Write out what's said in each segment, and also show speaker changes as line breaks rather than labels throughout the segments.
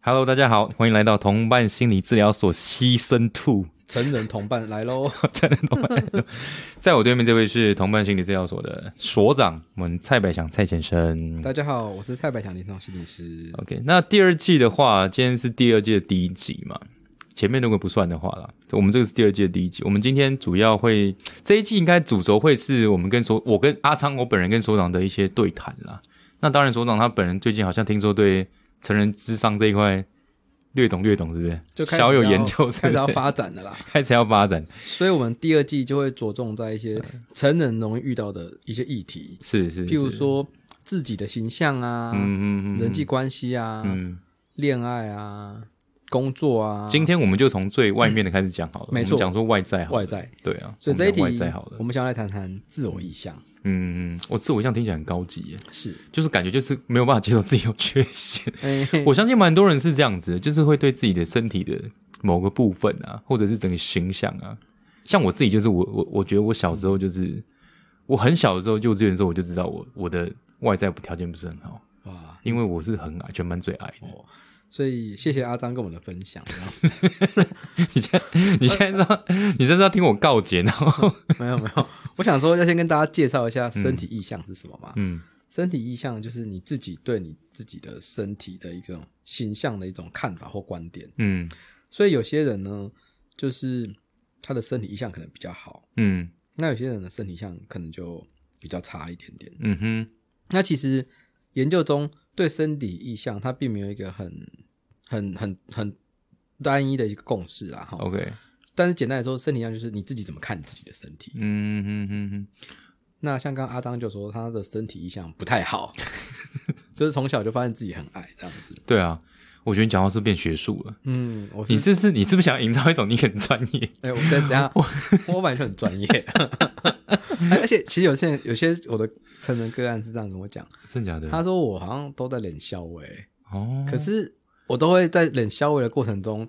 Hello，大家好，欢迎来到同伴心理治疗所 Season Two。
成人同伴来喽，
真的同伴，在我对面这位是同伴心理治疗所的所长，我们蔡百祥蔡先生。
大家好，我是蔡百强临床心理师。
OK，那第二季的话，今天是第二季的第一集嘛？前面如果不算的话啦，我们这个是第二季的第一集。我们今天主要会这一季应该主轴会是我们跟所我跟阿昌我本人跟所长的一些对谈啦。那当然，所长他本人最近好像听说对成人智商这一块略懂略懂，是不是？
就开始
小有
要
研究，是
开
不
始
是
要？发展的啦，
开始要发展，
所以我们第二季就会着重在一些成人容易遇到的一些议题，
是嗯是，
譬如
是，
说自己的形象啊，
嗯嗯嗯，
人际关系啊，
嗯，
恋爱啊，工作啊，
今天我们就从最外面的开始讲好了，
没
我们
错
讲说外在好了，
嗯外在。
对啊，
所以这
我
一
们
题，
讲外在好了
我，们想要来谈谈自我意向，
嗯，嗯嗯我自我印象听起来很高级耶，
是，
就是感觉就是没有办法接受自己有缺 陷。
哎嘿
我相信蛮多人是这样子的，就是会对自己的身体的某个部分啊，或者是整个形象啊，像我自己就是我我我觉得我小时候就是我很小的时候幼稚园的时候我就知道我我的外在条件不是很好，
哇，
因为我是很矮，全班最矮的。
所以谢谢阿张跟我们的分享，这样子
你现在你现在知道你现在知道听我告解，然后
没有没有，我想说要先跟大家介绍一下身体意向是什么嘛。
嗯
身体意向就是你自己对你自己的身体的一种形象的一种看法或观点。
嗯
所以有些人呢，就是他的身体意向可能比较好，
嗯
那有些人的身体意向可能就比较差一点点。
嗯哼
那其实研究中对身体意向，它并没有一个很、很、很、很单一的一个共识啊。哈，
，OK，
但是简单来说，身体意向就是你自己怎么看你自己的身体。
嗯哼哼哼，
那像刚刚阿当就说他的身体意向不太 好，就是从小就发现自己很矮这样子。
对啊，我觉得你讲话是变学术了。
嗯，我
你是
是
不是你是不是想营造一种你很专业？
哎、我等等一下 我本来就很专业， 哎而且其实有些人有些我的成人个案是这样跟我讲，
真假的？
他说我好像都在冷笑微，
哦，
可是我都会在冷笑微的过程中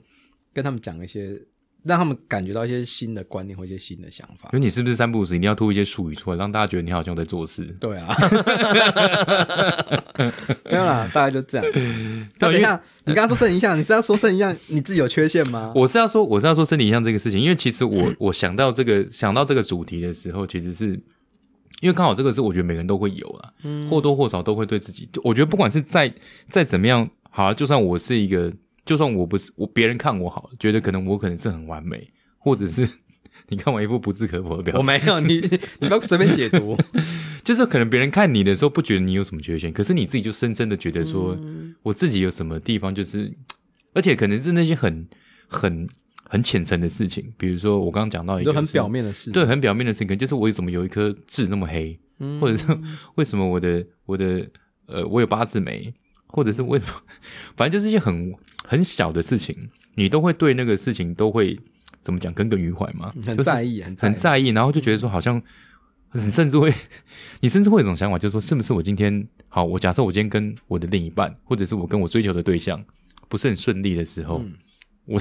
跟他们讲一些，让他们感觉到一些新的观念或一些新的想法
因。为你是不是三不五时一定要吐一些术语出来，让大家觉得你好像有在做事？
对啊， 没有啦，大概就这样。那等一下，你刚刚说肾影像，你是要说肾影像你自己有缺陷吗？
我是要说，我是要说身体影像这个事情，因为其实我、我想到这个想到这个主题的时候，其实是因为刚好这个是我觉得每个人都会有啦，或多或少都会对自己，我觉得不管是再再怎么样，好、啊，就算我是一个，就算我不是我，别人看我好了，觉得可能我可能是很完美，或者是 你看我一副不置可否的表
我
情，
没有，你你不要随便解 读。
就是可能别人看你的时候不觉得你有什么缺陷，可是你自己就深深的觉得说，我自己有什么地方就是，而且可能是那些很很很浅层的事情，比如说我刚刚讲到一
你
个
都很
是
表面的事，
对，很表面的事情，可能就是我怎么有一颗痣那么黑，或者是 为什么我的我的呃我有八字眉，或者是为什么， 反正就是一些很很小的事情，你都会对那个事情都会怎么讲耿耿于怀嘛，
很
就是
在意，很在
很
意。
在意，然后就觉得说好像，你甚至会，你甚至会有一种想法，就是说是不是我今天好，我假设我今天跟我的另一半，或者是我跟我追求的对象不是很顺利的时候， 我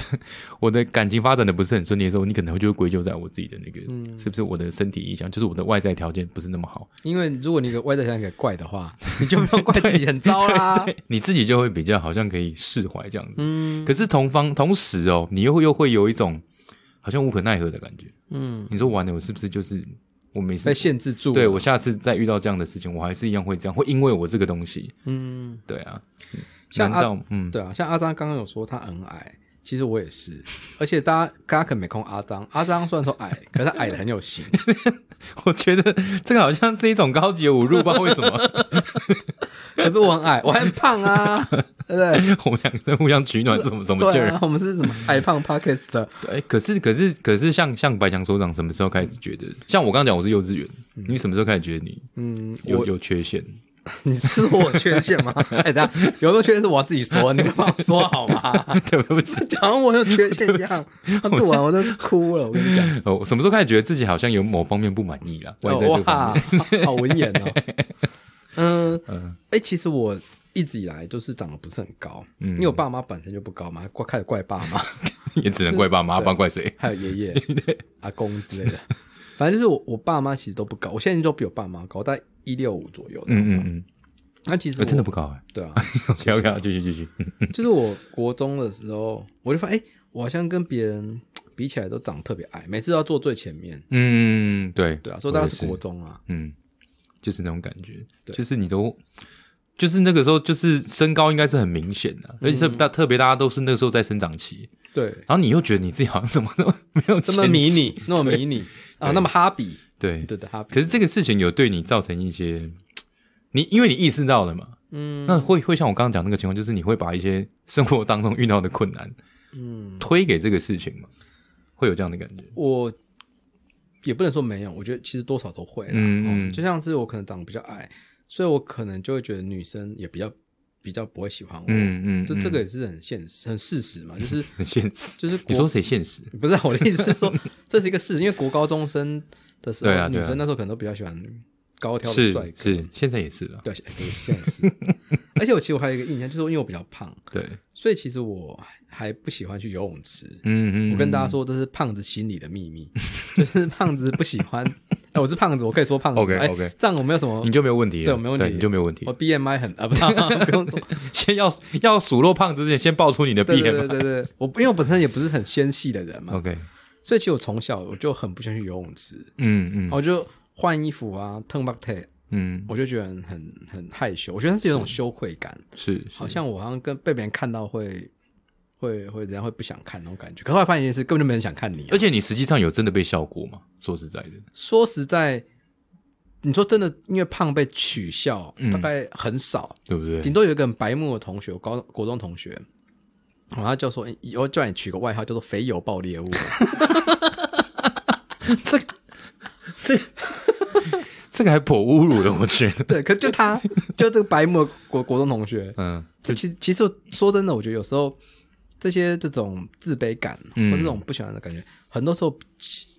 我的感情发展的不是很顺利的时候，你可能会就会归咎在我自己的那个，是不是我的身体影响，就是我的外在条件不是那么好，
因为如果你给外在条件给怪的话，你就不用怪自己很糟 啦。
你自己就会比较好像可以释怀这样子。可是同方同时哦，你又又会有一种好像无可奈何的感觉。嗯，你说完了，我是不是就是我每次
被限制住，
对我下次再遇到这样的事情，我还是一样会这样，会因为我这个东西，嗯，对啊，
像
难
阿
道嗯
对啊，像阿张刚刚有说他很矮，其实我也是，而且大家大家可能没空阿张，阿张虽然说矮，可是他矮的很有型，
我觉得这个好像是一种高级的侮辱，不知道为什 么
可是我很矮，我还很胖啊，对不对？
我们两个在互相取暖，什么什么劲
对
儿？
啊，我们是什 么矮胖 podcast 的？
对，可是可是可是像，像白强所长什么时候开始觉得？像我刚刚讲，我是幼稚园，你什么时候开始觉得你
嗯，
有有缺陷？
你是我有缺 陷吗？哎、等一下有没有缺陷是我自己说，你们帮我说好 吗？
对不起，
讲得我有缺陷 一样，他录完我都哭了。我跟你讲，
哦，我什么时候开始觉得自己好像有某方面不满意啦？外在这个方
哦哇
面，，
好文言 哦。嗯，哎、其实我一直以来都是长得不是很高，
嗯
因为我爸妈本身就不高嘛，怪开始怪爸 妈，
也只能怪爸妈，不然怪谁？
还有爷爷、阿公之类的。反正就是我，我爸妈其实都不高，我现在都比我爸妈高，大概一六五左右这样
嗯
子。
嗯嗯，
那其实
我真的
我
不高哎、
对啊，
不要不要，继续继续。嗯
就是我国中的时候，我就发现，哎、我好像跟别人比起来都长得特别矮，每次都要坐最前面。
嗯，对
对啊，所以大概
我也
是国中啊，
嗯，就是那种感觉，就是你都，就是那个时候，就是身高应该是很明显的、而且
嗯
特别大，特别大家都是那个时候在生长期，
对，
然后你又觉得你自己好像怎么都没有
这么
前
迷
进，
你，那么迷你啊，那么哈比，
对。
对对哈比，
可是这个事情有对你造成一些，你因为你意识到了嘛，
嗯，
那会会像我刚刚讲那个情况，就是你会把一些生活当中遇到的困难，嗯，推给这个事情嘛，会有这样的感觉，
我也不能说没有，我觉得其实多少都会啦。
嗯
嗯就像是我可能长得比较矮，所以我可能就会觉得女生也比较比较不会喜欢我。
嗯嗯，
这
嗯
这个也是很现实、很事实嘛，就是
很现实。
就是
你
国
说谁现实？
不是我的意思是说，这是一个事实，因为国高中生的时候，
对啊对啊
女生那时候可能都比较喜欢高挑的
是
帅哥。
是，现在也是了。
对，对，现在是。而且我其实我还有一个印象，就是因为我比较胖，
对，
所以其实我还不喜欢去游泳池。
嗯嗯，
我跟大家说，这是胖子心里的秘密，就是胖子不喜欢。哎、我是胖子，我可以说胖子。
OK，
哎
OK
这样我没有什么
你，就没有问题了，
对我没问题
你就没有问题
我。BMI 很啊，不是不用说。
先要要数落胖子之前，先爆出你的
对对
BM。
对对对，我因为我本身也不是很纤细的人嘛，
OK，
所以其实我从小我就很不喜欢去游泳池，
嗯嗯
然后我哦就换衣服啊，turn back t
嗯，
我就觉得很很害羞，我觉得是有一种羞愧感，
是是
好像我好像跟被别人看到会会会人家会不想看那种感觉。可后来发现一件事，根本就没人想看你啊、
而且你实际上有真的被笑过吗？说实在的，
说实在，你说真的，因为胖被取笑，大概很少，
对不嗯对
顶？多有一个很白目的同学，我高国中同学，然后他就说，以后叫你取个外号叫做“肥油爆裂物
这个这个这个还颇侮辱的，我觉得”。。
对，可就他，就这个白目的国国中同学，
嗯，
就其实其实说真的，我觉得有时候这些这种自卑感
嗯
或这种不喜欢的感觉，很多时候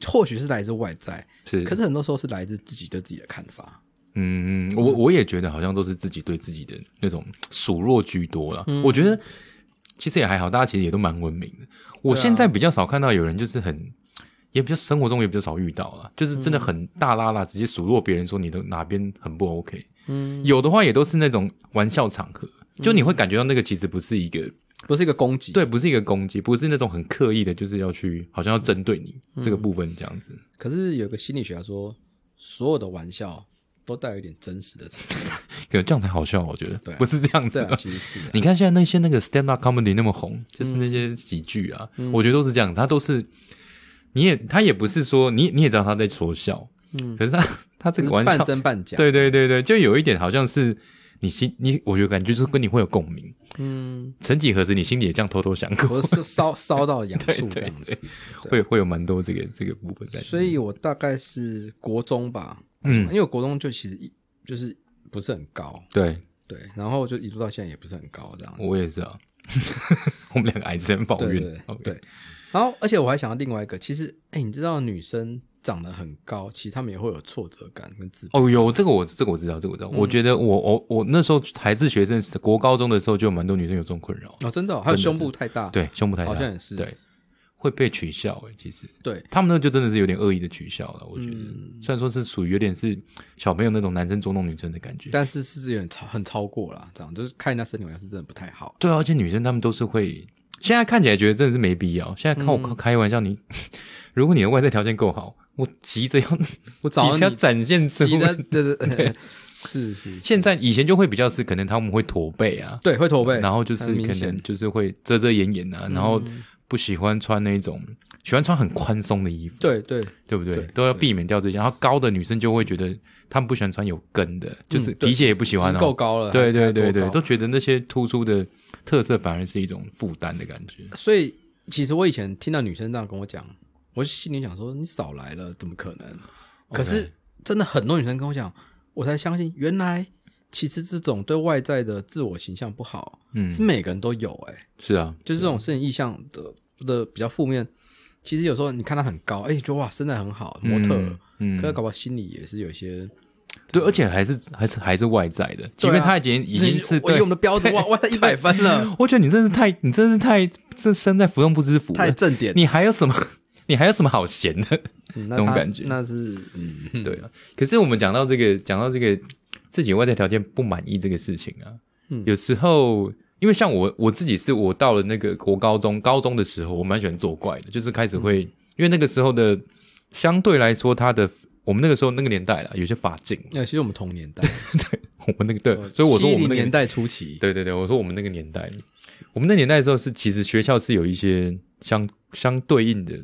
或许是来自外在，
是
可，是很多时候是来自自己对自己的看法。
嗯，我我也觉得好像都是自己对自己的那种数落居多了。
嗯
我觉得其实也还好，大家其实也都蛮文明的。我现在比较少看到有人就是很，也比较生活中也比较少遇到了，就是
嗯
真的很大啦啦，直接数落别人说你的哪边很不 OK。嗯，有的话也都是那种玩笑场合，
嗯
就你会感觉到那个其实不是一个
不是一个攻击，
对，不是一个攻击，不是那种很刻意的，就是要去好像要针对你这
嗯
个部分这样子。
可是有个心理学家说，所有的玩笑都带有一点真实的成分。
可这样才好笑，我觉得
对啊
不是这样子
这
的
啊，其实是、啊、
你看现在那些那个 stand up comedy 那么红，就是那
嗯
些喜剧啊，我觉得都是这样，他都是，你也他也不是说你你也知道他在说笑，嗯，可是他他 这个玩笑
半，真半假。
对对对对，就有一点好像是你心你，我觉得感觉就是跟你会有共鸣。
嗯，
曾几何时，你心里也这样偷偷想过，
我是烧烧到痒处这样子。
会会有蛮多这个这个部分在。
所以我大概是国中吧，
嗯
因为我国中就其实一就是不是很高，
对
对，然后就一路到现在也不是很高这样子。
我也是啊， 我们两个癌症抱
对
怨
对对
哦 OK
对，然后而且我还想到另外一个，其实哎、你知道女生长得很高，其实她们也会有挫折感跟自卑。
哦，有这个我这个我知道，这个我知道。
嗯
我觉得我我我那时候还是学生，国高中的时候就有蛮多女生有这种困扰，
哦，真的哦、还有胸部太大，
对，胸部太大，
好像也是
对，会被取笑诶、其实
对，
他们那就真的是有点恶意的取笑了，我觉得。
嗯
虽然说是属于有点是小朋友那种男生捉弄女生的感觉，
但是是有点超很超过了，这样就是看人家身体好像是真的不太好。
对啊，而且女生她们都是会，现在看起来觉得真的是没必要。现在看我
嗯
开开玩笑，你如果你的外在条件够好，我急着要 我急
找
着要
你
展现出
急
来
的，对对对， 是是，
现在以前就会比较是，可能他们会驼背啊，
对，会驼背，
然后就是
很
可
明显嗯
能就是会遮遮掩掩啊，然后不喜欢穿那种喜欢穿很宽松的衣服，
对对
对不对？
对
都要避免掉这些。然后高的女生就会觉得她们不喜欢穿有跟的，就是
嗯对
皮鞋也不喜欢
够
哦。
高了，
对
还
对
还
对
够
对，
高
都觉得那些突出的特色反而是一种负担的感觉。
所以其实我以前听到女生这样跟我讲，我心里想说你少来了，怎么可能？可是真的很多女生跟我讲，我才相信原来其实这种对外在的自我形象不好，
嗯
是每个人都有、欸，哎，
是啊，
就是这种摄影意向的的比较负面。其实有时候你看她很高，哎、觉得哇身材很好，模特儿，
嗯
可是搞不好心里也是有一些，
对，而且还是还是还是外在的，即
对啊
便她已经已经是
我以
对
我们，的标准哇哇一百 分了，
我觉得你真是太你真是太这身在福中不知福了，
太正点，
你还有什么 你还有什么好闲的？
嗯
那种
她
感觉
那是嗯
对啊，可是我们讲到这个，讲到这个自己外在条件不满意这个事情啊。有时候，因为像我我自己是我到了那个国高中高中的时候，我蛮喜欢作怪的，就是开始会，因为那个时候的相对来说，他的我们那个时候那个年代啦，有些法镜，
那、其实我们同年代，
我们那个
哦
对，所以我说我们那
70
个
年代初期，
对对对，我说我们那个年代，我们那年代的时候是，其实学校是有一些相相对应的，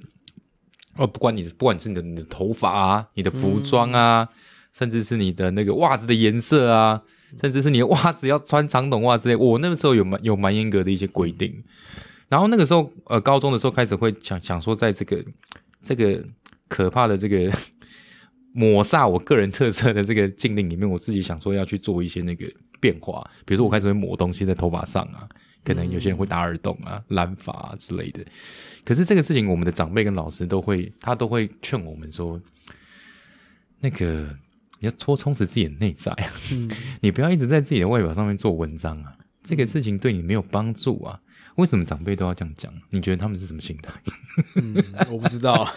哦，不管你不管是你的你的头发啊，你的服装啊，甚至是你的那个袜子的颜色啊，甚至是你的袜子要穿长筒袜之类，我那个时候有蛮有蛮严格的一些规定。然后那个时候，呃，高中的时候开始会想想说，在这个这个可怕的这个抹煞我个人特色的这个禁令里面，我自己想说要去做一些那个变化，比如说我开始会抹东西在头发上啊，可能有些人会打耳洞啊、染发啊之类的。可是这个事情，我们的长辈跟老师都会，他都会劝我们说，那个你要多充实自己的内在，啊你不要一直在自己的外表上面做文章啊，这个事情对你没有帮助啊。为什么长辈都要这样讲？你觉得他们是什么心态？
嗯我不知道。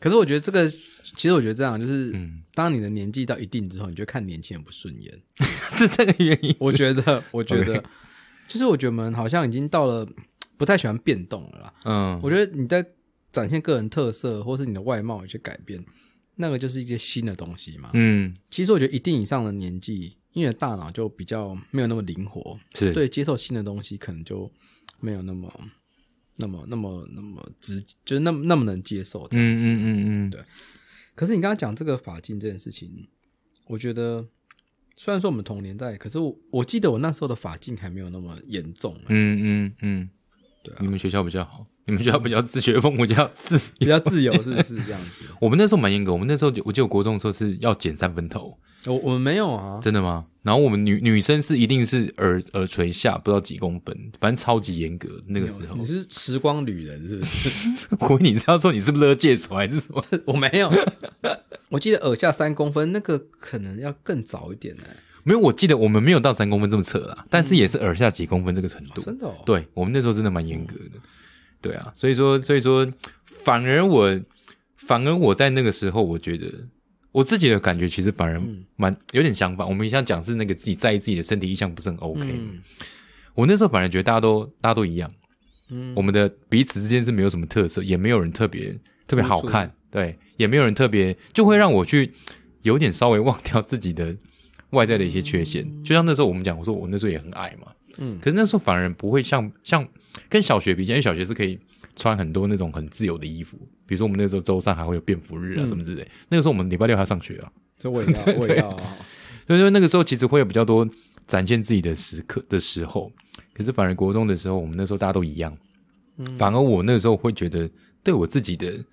可是我觉得这个，其实我觉得这样，就是
嗯
当你的年纪到一定之后，你就看年轻人不顺 眼。
是这个原因？
我觉得，我觉得，就是我觉得我们好像已经到了不太喜欢变动了啦。
嗯，
我觉得你在展现个人特色，或是你的外貌有些改变，那个就是一些新的东西嘛。
嗯，
其实我觉得一定以上的年纪，因为大脑就比较没有那么灵活，
是
对接受新的东西可能就没有那么、那么、那么、那么直，就是那么那么能接受这样
嗯嗯嗯嗯，
对可是你刚刚讲这个法镜这件事情，我觉得虽然说我们同年代，可是我我记得我那时候的法镜还没有那么严重、欸
嗯嗯嗯，对、你们学校比较好， 你们学校比较自学风，我比较自。
比较自由，是不是这样子？
我们那时候蛮严格，我们那时候我记得我国中的时候是要剪三分头，
我我们没有啊，
真的吗？然后我们女女生是一定是耳耳垂下不知道几公分，反正超级严格那个时候
你。是时光旅人是不是？
我以为你是要说你是不是勒戒手还是什么？
我没有，我记得耳下三公分，那个可能要更早一点呢、
没有，我记得我们没有到三公分这么扯啦，但是也是耳下几公分这个程度。
真的、哦。
对我们那时候真的蛮严格的，对啊，所以说所以说，反而我反而我在那个时候，我觉得我自己的感觉其实反而
嗯
蛮、有点相反。我们一向讲是那个自己在意自己的身体意向不是很 OK，、
嗯
我那时候反而觉得大家都大家都一样，
嗯
我们的彼此之间是没有什么特色，也没有人特别特别好看，对，也没有人特别就会让我去有点稍微忘掉自己的外在的一些缺陷。就像那时候我们讲，我说我那时候也很矮嘛，
嗯，
可是那时候反而不会像像跟小学比起来，因为小学是可以穿很多那种很自由的衣服，比如说我们那时候周三还会有便服日啊什么之类，那个时候我们礼拜六还要上学啊，
就我也 要，我也要啊、
所以说那个时候其实会有比较多展现自己的时刻的时候，可是反而国中的时候，我们那时候大家都一样，反而我那个时候会觉得对我自己的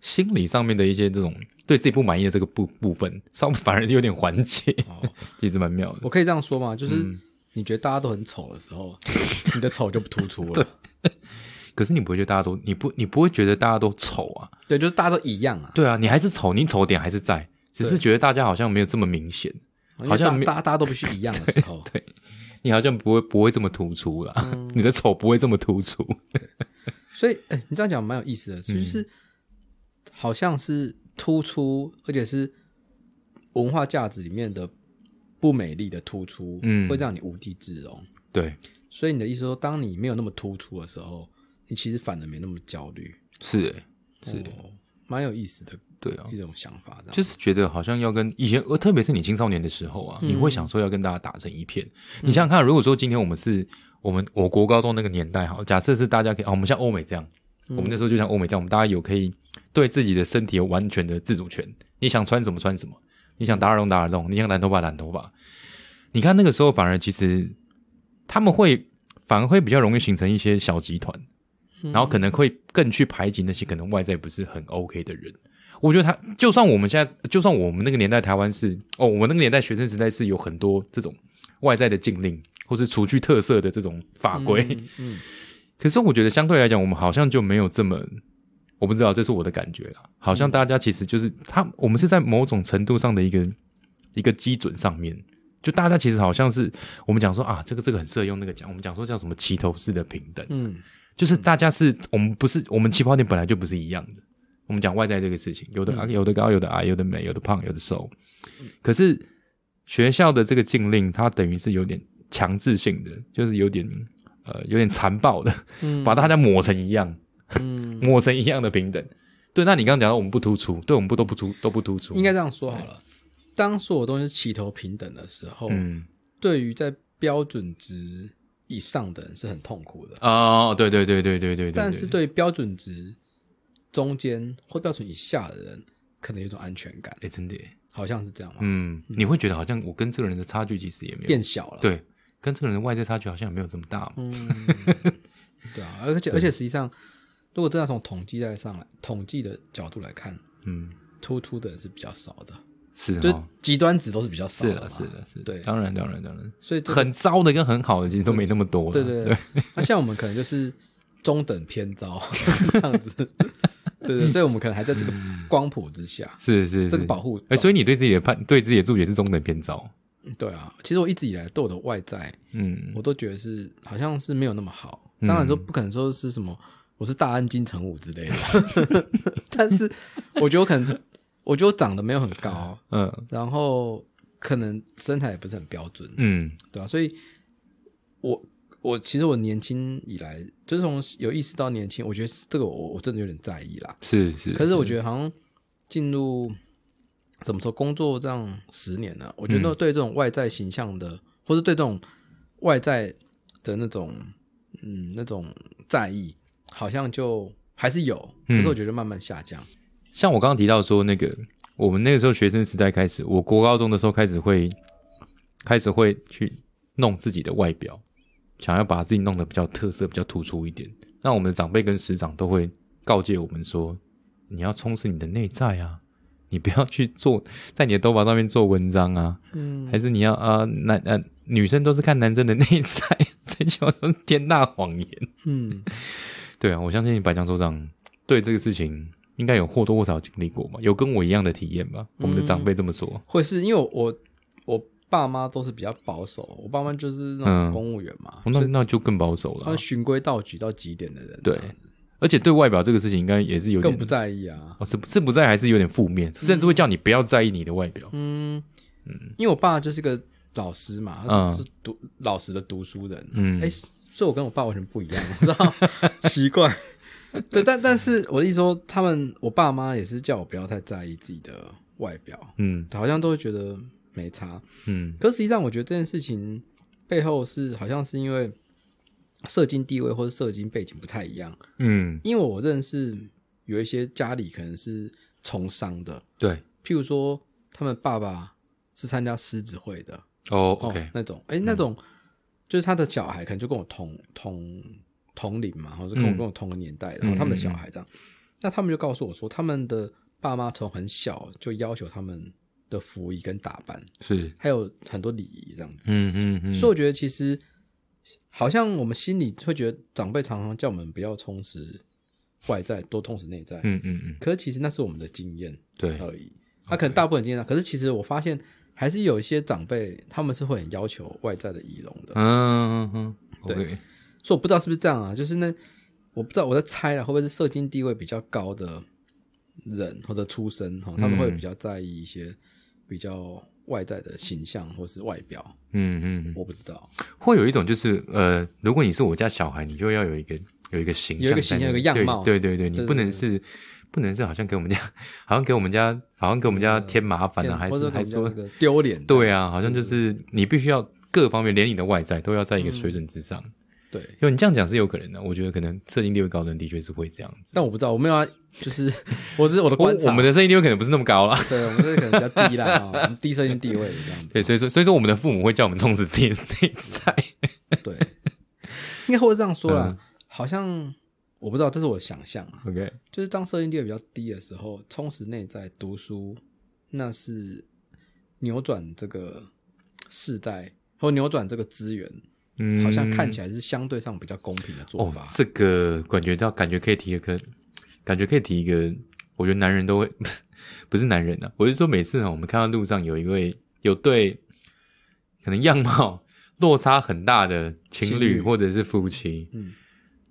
心理上面的一些这种对自己不满意的这个部部分，稍微反而有点缓解， 其实蛮妙的。
我可以这样说吗？就是你觉得大家都很丑的时候，嗯 你的丑就不突出了。 对，
可是你不会觉得大家都你不你不会觉得大家都丑啊？
就是大家都一样啊。
对啊，你还是丑，你丑点还是在，只是觉得大家好像没有这么明显，
因为
好像
大
没
大大家都必须一样的时 候，
你好像不会不会这么突出啦， 你的丑不会这么突出。
所以哎、你这样讲蛮有意思
嗯
的，就是、好像是突出，而且是文化价值里面的不美丽的突出，
嗯
会让你无地自容。
对，
所以你的意思说，当你没有那么突出的时候，你其实反而没那么焦虑，
是、欸，是
哦蛮有意思的
对啊。
一种想法。这样
就是觉得好像要跟以前，呃特别是你青少年的时候
嗯
啊，你会想说要跟大家打成一片。你想想看，如果说今天我们是我们我国高中那个年代哈，假设是大家可以啊，我们像欧美这样，
嗯
我们那时候就像欧美这样，我们大家有可以对自己的身体有完全的自主权，你想穿什么穿什么，你想打耳洞打耳洞，你想染头发染头发。你看那个时候，反而其实他们会反而会比较容易形成一些小集团，
嗯
然后可能会更去排挤那些可能外在不是很 OK 的人。我觉得他就算我们现在，就算我们那个年代台湾是哦，我们那个年代学生时代是有很多这种外在的禁令或是除去特色的这种法规，
嗯嗯
可是我觉得相对来讲，我们好像就没有这么，我不知道，这是我的感觉啦。好
嗯
像大家其实就是他，我们是在某种程度上的一个一个基准上面，就大家其实好像是我们讲说啊，这个这个很适合用那个讲，我们讲说叫什么齐头式的平等，
嗯，
就是大家是我们不是我们起跑点本来就不是一样的。我
嗯
们讲外在这个事情，有的、啊有的高，有的矮，有的美，有的胖，有的瘦。可是学校的这个禁令，它等于是有点强制性的，就是有点呃有点残暴的，
嗯
把大家抹成一样， 抹成一样的平等。对，那你刚刚讲到我们不突出，对我们不都不突都不突出，
应该这样说好了。当所有东西是齐头平等的时候，
嗯
对于在标准值以上的人是很痛苦的，
哦，对对对对对对对，
但是对标准值中间或标准以下的人，可能有一种安全感，
哎真的耶，
好像是这样嘛，
嗯，你会觉得好像我跟这个人的差距其实也没有，
变小了。嗯
对，跟这个人的外在差距好像也没有这么大嘛，
对啊，而且而且实际上，如果真的从统计来上来统计的角度来看，
嗯，
突出的人是比较少的，
是
就是
哦，
极端值都是比较少
是
的嘛
的，是啊的，是的，
对
当然当然当然，
所以这
很糟的跟很好的其实都没那么多啦，啊
对对对，那像我们可能就是中等偏糟 这样子，对对，所以我们可能还在这个光谱之下，
是是
这个
是。
保护。
嗯哎，所以你对自己的判，对自己的注解是中等偏糟，
对啊，其实我一直以来对我的外在，
嗯，
我都觉得是好像是没有那么好。当然说不可能说是什么我是大安金城武之类的， 但是我觉得我可能，我觉得我长得没有很高，
嗯
然后可能身材也不是很标准，
嗯
对啊，所以我我其实我年轻以来，就是从有意识到年轻，我觉得是这个我我真的有点在意啦。
是是，
可是我觉得好像进入怎么说工作这样十年了、我觉得对这种外在形象的，或是对这种外在的那种嗯那种在意，好像就还是有，可是我觉得慢慢下降。
像我刚刚提到说，那个我们那个时候学生时代开始，我国高中的时候开始会开始会去弄自己的外表，想要把自己弄得比较特色、比较突出一点。那我们的长辈跟师长都会告诫我们说，你要充实你的内在啊，你不要去做在你的头发上面做文章啊，嗯，还是你要啊、呃男呃女生都是看男生的内在， 这些都是天大谎言。
嗯，
对啊，我相信白江首长对这个事情应该有或多或少经历过嘛，有跟我一样的体验吧？
嗯
我们的长辈这么说，
会是因为我我我爸妈都是比较保守，我爸妈就是
嗯
那种啊公务员嘛，
哦那那就更保守了
他
啊、
们循规蹈矩到极点的人啊、
对，而且对外表这个事情应该也是有
更
点
不，在意啊。
哦、是是不在还是有点负面，甚至会叫你不要在意你的外表。
嗯因为我爸就是个老师嘛，他
嗯
是读、老实的读书人，
嗯
哎、所以我跟我爸完全不一样，你知道吗？ 奇怪。对，但但是我的意思说，他们我爸妈也是叫我不要太在意自己的外表，
嗯
好像都会觉得没差。
嗯
可实际上，我觉得这件事情背后是好像是因为社经地位或者社经背景不太一样。
嗯，
因为我认识有一些家里可能是从商的，
对，
譬如说他们爸爸是参加狮子会的
哦
哦
，OK，
那种，哎、那种、就是他的小孩可能就跟我同同同龄嘛，或者跟我、
嗯
跟我同个年代的，然后他们的小孩这样，那他们就告诉我说，他们的爸妈从很小就要求他们的服仪跟打扮，
是，
还有很多礼仪这样子。
嗯嗯嗯，
所以我觉得其实好像我们心里会觉得长辈常常叫我们不要充实外在，多充实内在。
嗯嗯嗯，
可是其实那是我们的经验
对，
而已，他、可能大部分经验啊。可是其实我发现还是有一些长辈他们是会很要求外在的仪容的，
嗯嗯嗯，OK，
所以我不知道是不是这样啊？就是那我不知道我在猜了，会不会是社经地位比较高的人或者出身哈，他们
嗯
会比较在意一些比较外在的形象或是外表，
嗯嗯嗯，
我不知道。啊
会有一种就是呃，如果你是我家小孩，你就要有一个有一个形象在那里，
有一个形象有一个样貌
对对对，对
对
你不能是不能是好像给我们家， 好像给我们家，好像给我们家添麻烦
这
了，
样
还
嗯或者
是
可
还
能叫
说
那个丢脸。
对啊，好像就是你必须要各方面，连你的外在都要在一个水准之上。
对，
因为你这样讲是有可能的，我觉得可能社经地位高的人的确是会这样子。
但我不知道，我没有要，就是 我只是我的
我
观察，
我们的社经地位可能不是那么高啦，
对，我们这个可能比较低啦，啊，我们低社经地位这样子。
对，所以说所以说我们的父母会叫我们充实自己的内在。
对， 应该会这样说
嗯
啦，好像我不知道，这是我的想象啊，
OK，
就是当社经地位比较低的时候，充实内在读书，那是扭转这个世代或扭转这个资源，
嗯，
好像看起来是相对上比较公平的做
哦
法。，
这个感觉到感觉可以提一个，感觉可以提一个，我觉得男人都会 不是男人啊，我是说每次呢，我们看到路上有一位有对可能样貌 落差很大的情
情
侣
侣
或者是夫妻，
嗯，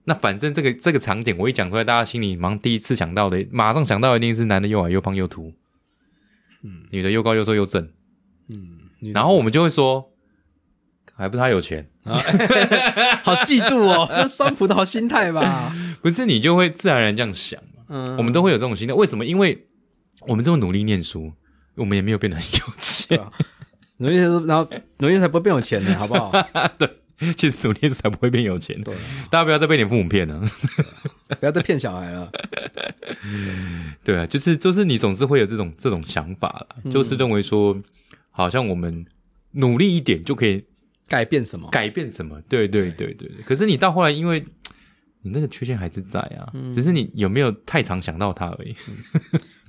那反正这个这个场景我一讲出来，大家心里忙第一次想到的，马上想到的一定是男的又矮又胖又秃，嗯，女的又高又瘦又正，
嗯，女
然后我们就会说，还不是他有钱，
好嫉妒哦，这酸葡萄心态吧？
不是你就会自然而然这样想嘛。
嗯，
我们都会有这种心态，为什么？因为我们这么努力念书，我们也没有变得很有钱，
努力才说，然后努力才不会变有钱呢，好不好？
其实努力才不会变有钱。
啊对啊，
大家不要再被你父母骗了。
不要再骗小孩了。
对啊，就是就是你总是会有这种这种想法啦，
嗯
就是认为说，好像我们努力一点就可以
改变什么？
改变什么。对对对对对。可是你到后来，因为你那个缺陷还是在啊，
嗯
只是你有没有太常想到它而已。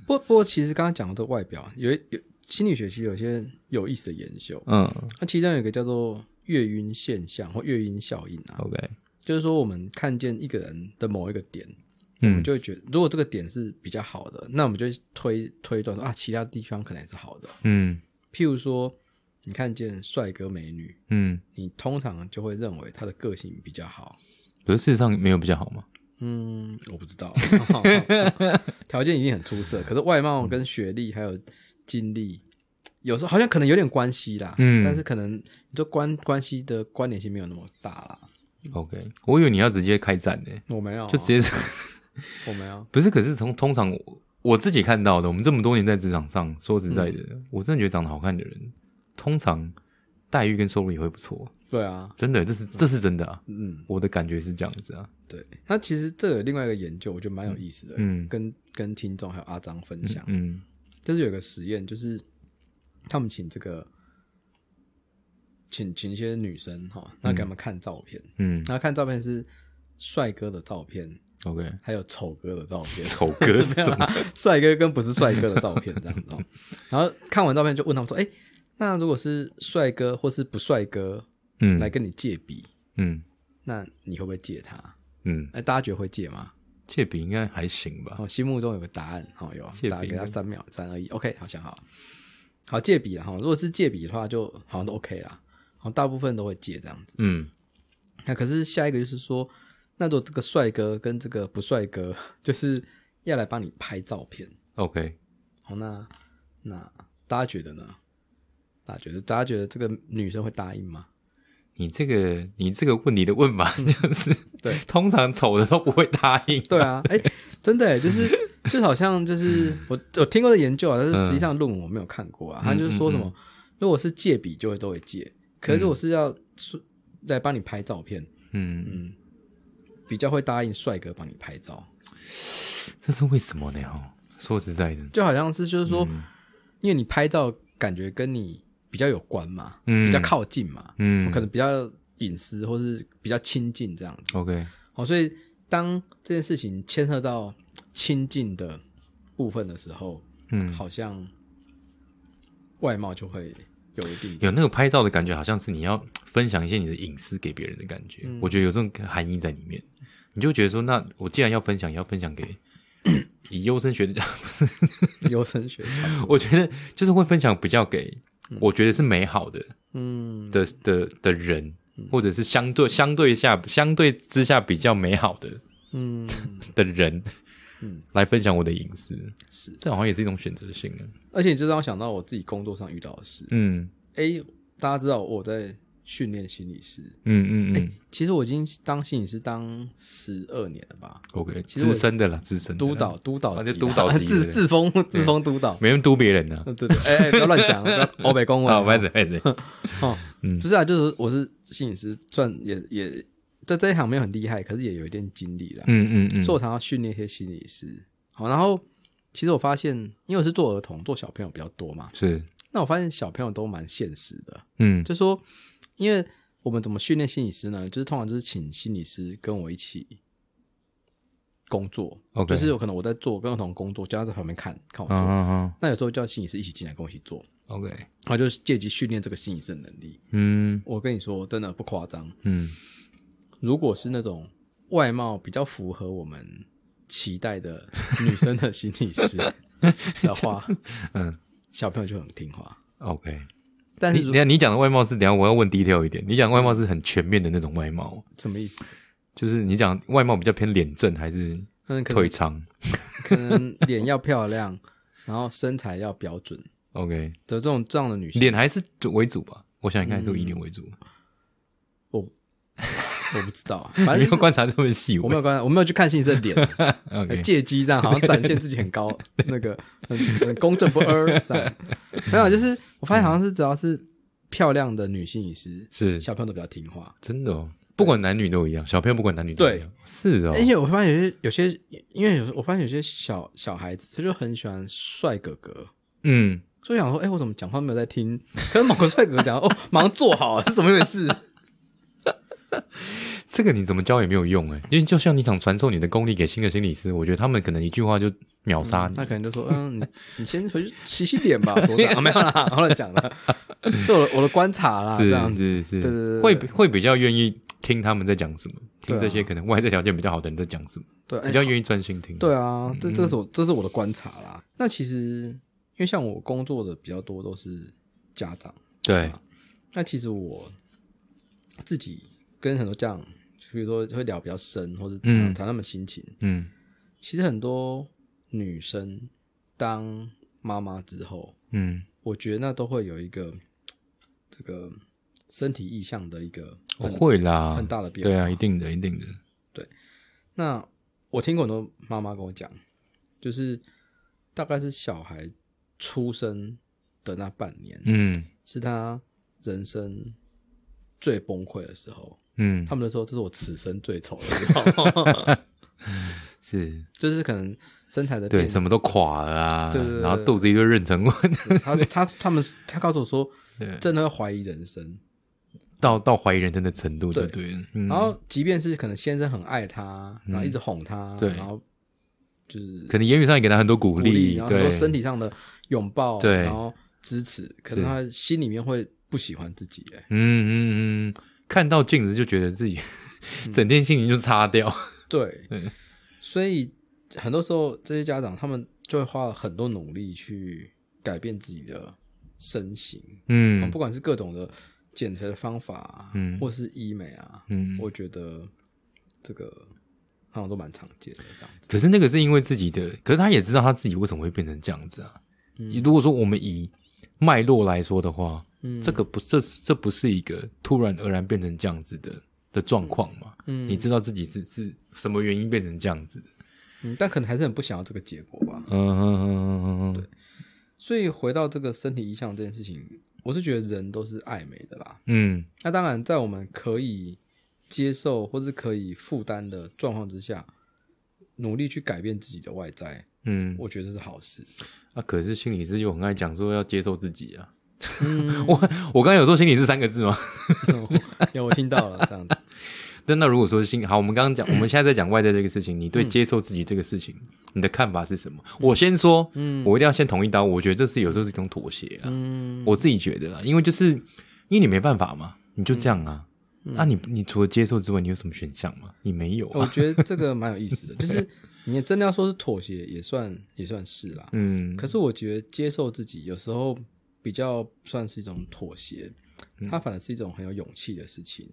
不不过，其实刚刚讲的这个外表，啊有一有心理学其实有一些有意思的研究，
嗯
它其中有一个叫做月晕现象或月晕效应啊，
，OK，
就是说我们看见一个人的某一个点，我们
嗯
就会觉得，如果这个点是比较好的，那我们就会推推断说啊，其他地方可能也是好的。
嗯
譬如说，你看见帅哥美女，
嗯，
你通常就会认为他的个性比较好。
可是事实上没有比较好嘛。
嗯，我不知道， 条件一定很出色，可是外貌跟学历还有经历，有时候好像可能有点关系啦。
嗯
但是可能你说关关系的关联性没有那么大啦。
OK，我以为你要直接开战呢、
我没有，啊
就直接是、。
我没有
不是。可是从通常我我自己看到的，我们这么多年在职场上，说实在的，我真的觉得长得好看的人，通常待遇跟收入也会不错。
对啊，
真的，这是这是真的啊！
嗯，
我的感觉是这样子啊。
对。那其实这有另外一个研究，我觉得蛮有意思的，
嗯
跟跟听众还有阿张分享，
嗯
就是有个实验，就是他们请这个请请一些女生哈，那给他们看照片，
嗯
然后看照片是帅哥的照片。
，OK，
还有丑哥的照片，
丑 哥是什么？
帅哥跟不是帅哥的照片这样子、哦。然后看完照片就问他们说：“哎、那如果是帅哥或是不帅哥
嗯
来跟你借笔，
嗯
那你会不会借他？”
嗯，
哎，大家觉得会借吗？
借笔应该还行吧？
哦，心目中有个答案，好、哦、
借
有，
笔
大家给他三秒，三二一，OK，好想好，好借笔了哈、哦。如果是借笔的话，就好像都 OK 啦，好、大部分都会借这样子。
嗯
那可是下一个就是说，那如果这个帅哥跟这个不帅哥， 就是要来帮你拍照片，
，OK，
好，那那大家觉得呢？大家觉得，大家觉得这个女生会答应吗？
你这个你这个问题的问法就是，
对，
通常丑的都不会答应。
对啊，嗯哎、真的、哎，就是就是好像就是我我听过的研究啊，但是实际上论文我没有看过啊。他就是说什么，如果是借笔就会都会借，可是如果是要是来帮你拍照片，
嗯，
嗯，比较会答应帅哥帮你拍照，
这是为什么呢？哦，说实在的，
就好像是就
嗯
是说，因为你拍照感觉跟你比较有关嘛，
嗯
比较靠近嘛，
嗯
可能比较隐私或是比较亲近这样子。
，OK，
哦，所以当这件事情牵涉到亲近的部分的时候，
嗯，
好像外貌就会有一定的
有那个拍照的感觉，好像是你要分享一些你的隐私给别人的感觉。
嗯
我觉得有这种含义在里面，你就觉得说，那我既然要分享，也要分享给 以优生学的角
优生学长。
我觉得就是会分享比较给我觉得是美好的
嗯，
的的的人，或者是相对相对下相对之下比较美好的
嗯，
的人
嗯，
来分享我的隐私，是这好像也是一种选择性啊。
而且你这让我想到我自己工作上遇到的事。
嗯
诶，大家知道我在训练心理师，
嗯嗯嗯
其实我已经当心理师当十二年了吧，
，OK，
其实我
资深的啦，资深的啦
督，导督导
啊
级
就
啦
督导级
自
的嗯
自封自封督导。
没人督别人呢。
对对，对哎、哎不要乱讲，不要 欧北公文
啊，不好意嗯思，不好意思，
哦，不是啊，就是我是心理师，算也也在这一行没有很厉害，可是也有一点经历啦。
嗯嗯嗯
所以我常常训练一些心理师。好，然后其实我发现，因为我是做儿童、做小朋友比较多嘛，
是，
那我发现小朋友都蛮现实的，
嗯
就说，因为我们怎么训练心理师呢？就是通常就是请心理师跟我一起工作
OK
就是有可能我在做跟儿童工作，就他在旁边看看我
嗯
做。
嗯嗯
那有时候叫心理师一起进来跟我一起做，
，OK，
然后就是借机训练这个心理师的能力。
嗯
我跟你说，真的不夸张。
嗯
如果是那种外貌比较符合我们期待的女生的心 理师的话，
嗯，
小朋友就很听话。
，OK。
但
你
是
等
如
一下你讲的外貌是，等一下我要问 detail 一点。你讲外貌是很全面的那种外貌，
什么意思？
就是你讲外貌比较偏脸正还是
嗯，可能
腿长
可能脸要漂亮，然后身材要标准，
OK，
的这种这样的女性，
脸还是为主吧？我想应该还是以脸为主，
嗯我我不知道啊， 反
没
正就是
有观察这么细
我没
微。
有关，我没有去看信生脸，
OK，
借机这样好像展现自己 很高，那个很很公正不阿这样。没有，就是我发现好像是只要是漂亮的女性医师，
是
小朋友都比较听话。
真的哦，不管男女都一样，小朋友不管男女都一样，是哦
而，且我发现有些有些，因为有时候我发现有些小小孩子，他就很喜欢帅哥哥。
嗯，
所以想说，哎、我怎么讲话没有在听？可是某个帅哥讲，哦，马上坐好，是怎么回事？
这个你怎么教也没有用哎，因为就像你想传授你的功力给新的心理师，我觉得他们可能一句话就秒杀你
他。可能就说，嗯，你你先回去洗洗脸吧，所长、啊、没有啦，我乱讲了，这我的我的观察啦，啊这样
是
子。
是是，
对对对对
会会比较愿意听他们在讲什么，
对
听
啊
这些可能外在条件比较好的人在讲什么，
对，哎
比较嗯愿意专心听。
对啊，这这是我这是我的观察啦。那其实因为像我工作的比较多都是家长，
对，
啊那其实我自己跟很多家长，比如说会聊比较深，或者谈谈他们心情。
嗯
其实很多女生当妈妈之后，
嗯，
我觉得那都会有一个这个身体意向的一个
我哦会啦，
很大的变化。
对啊，一定的，一定的，
那我听过很多妈妈跟我讲，就是大概是小孩出生的那半年，
嗯
是他人生最崩溃的时候。
嗯，
他们都说这是我此生最丑的时 候，
是
就是可能身材的
对，
变
什么都垮了啊，
对对对
然后肚子一堆妊娠纹，
他他他们他告诉我说
对，
真的会怀疑人生。
到到怀疑人生的程度，对
对
对了，嗯，
然后即便是可能先生很爱他，然后一直哄他，
对
然后就是
可能言语上也给他很多鼓
鼓励，
励
然，后很
对
多，身体上的拥抱，
对
然后支持，可能他心里面会不喜欢自己，哎，
嗯嗯嗯，看到镜子就觉得自己
嗯
整天心情就擦掉，
对
对，
所以很多时候这些家长他们就会花了很多努力去改变自己的身形，
嗯
不管是各种的减肥的方法啊，
嗯
或是医美啊，
嗯。
我觉得这个好像都蛮常见的这样子，
可是那个是因为自己的，可是他也知道他自己为什么会变成这样子啊。如果说我们以脉络来说的话，
嗯
这个不这这不是一个突然而然变成这样子的的状况嘛？
嗯
你知道自己是是什么原因变成这样子的？
嗯，但可能还是很不想要这个结果吧，
嗯嗯嗯嗯嗯
所以回到这个身体意向这件事情，我是觉得人都是爱美的啦。
嗯
那当然，在我们可以接受或是可以负担的状况之下，努力去改变自己的外在，
嗯嗯。
我觉得是好事。
啊，可是心理师又很爱讲说要接受自己啊。我我刚才有说心理是三个字吗？
嗯 有我听到了这样子，
那那如果说心好，我们刚刚讲， 我们现在在讲外在这个事情，你
嗯
对接受自己这个事情，你的看法是什么？我先说，嗯，我一定要先捅一刀，我觉得这是有时候是一种妥协啊，
嗯
我自己觉得啦，因为就是因为你没办法嘛，你
嗯
就这样啊，那、你你除了接受之外，你有什么选项吗？你没有
我
啊，
觉得这个蛮有意思的，就是你真的要说是妥协，也算也算是啦。
嗯
可是我觉得接受自己有时候比较算是一种妥协，它反而是一种很有勇气的事情。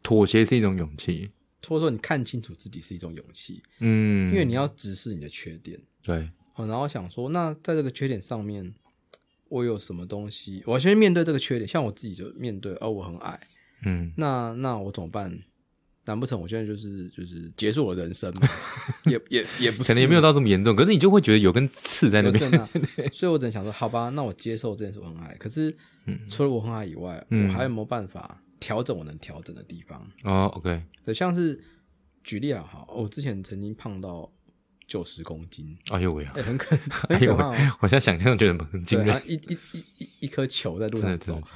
妥协是一种勇气，
或者说你看清楚自己是一种勇气，
嗯，
因为你要直视你的缺点，
对，
哦，然后想说，那在这个缺点上面，我有什么东西？我要先面对这个缺点，像我自己就面对，哦，我很矮，
嗯，
那那我怎么办？难不成我现在就是就是结束我的人生吗？也也也不是，
可能也没有到这么严重，可是你就会觉得有根刺在那
有
边，
剩啊，所以我只能想说，好吧，那我接受这件事我很矮，可是
嗯
除了我很矮以外，我还有没有办法调整我能调整的地方？
哦，OK，
对，像是举例啊，好，我之前曾经胖到九十公斤，
哎呦喂啊，
哎、很可
哎
很
呦喂
可怕哦、，
我现在想象觉得很惊
对，
人，
啊然后一一一一一颗球在
真
路
的
上
真
走
的，，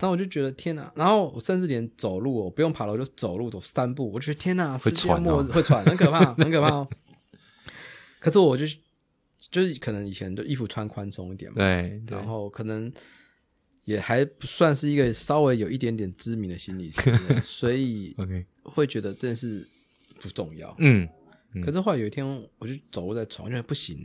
然后我就觉得天哪，然后我甚至连走路哦，我不用爬楼就走路走三步，我就觉得天哪，
会
世界
喘哦
末日会喘，很可怕，很可怕哦。可是我就是就是可能以前就衣服穿宽松一点嘛，
对对
然后可能也还不算是一个稍微有一点点知名的心理师， 所以
，OK，
会觉得这件事不重要。
嗯。
可是后来有一天，我就走路在床，我觉得不行，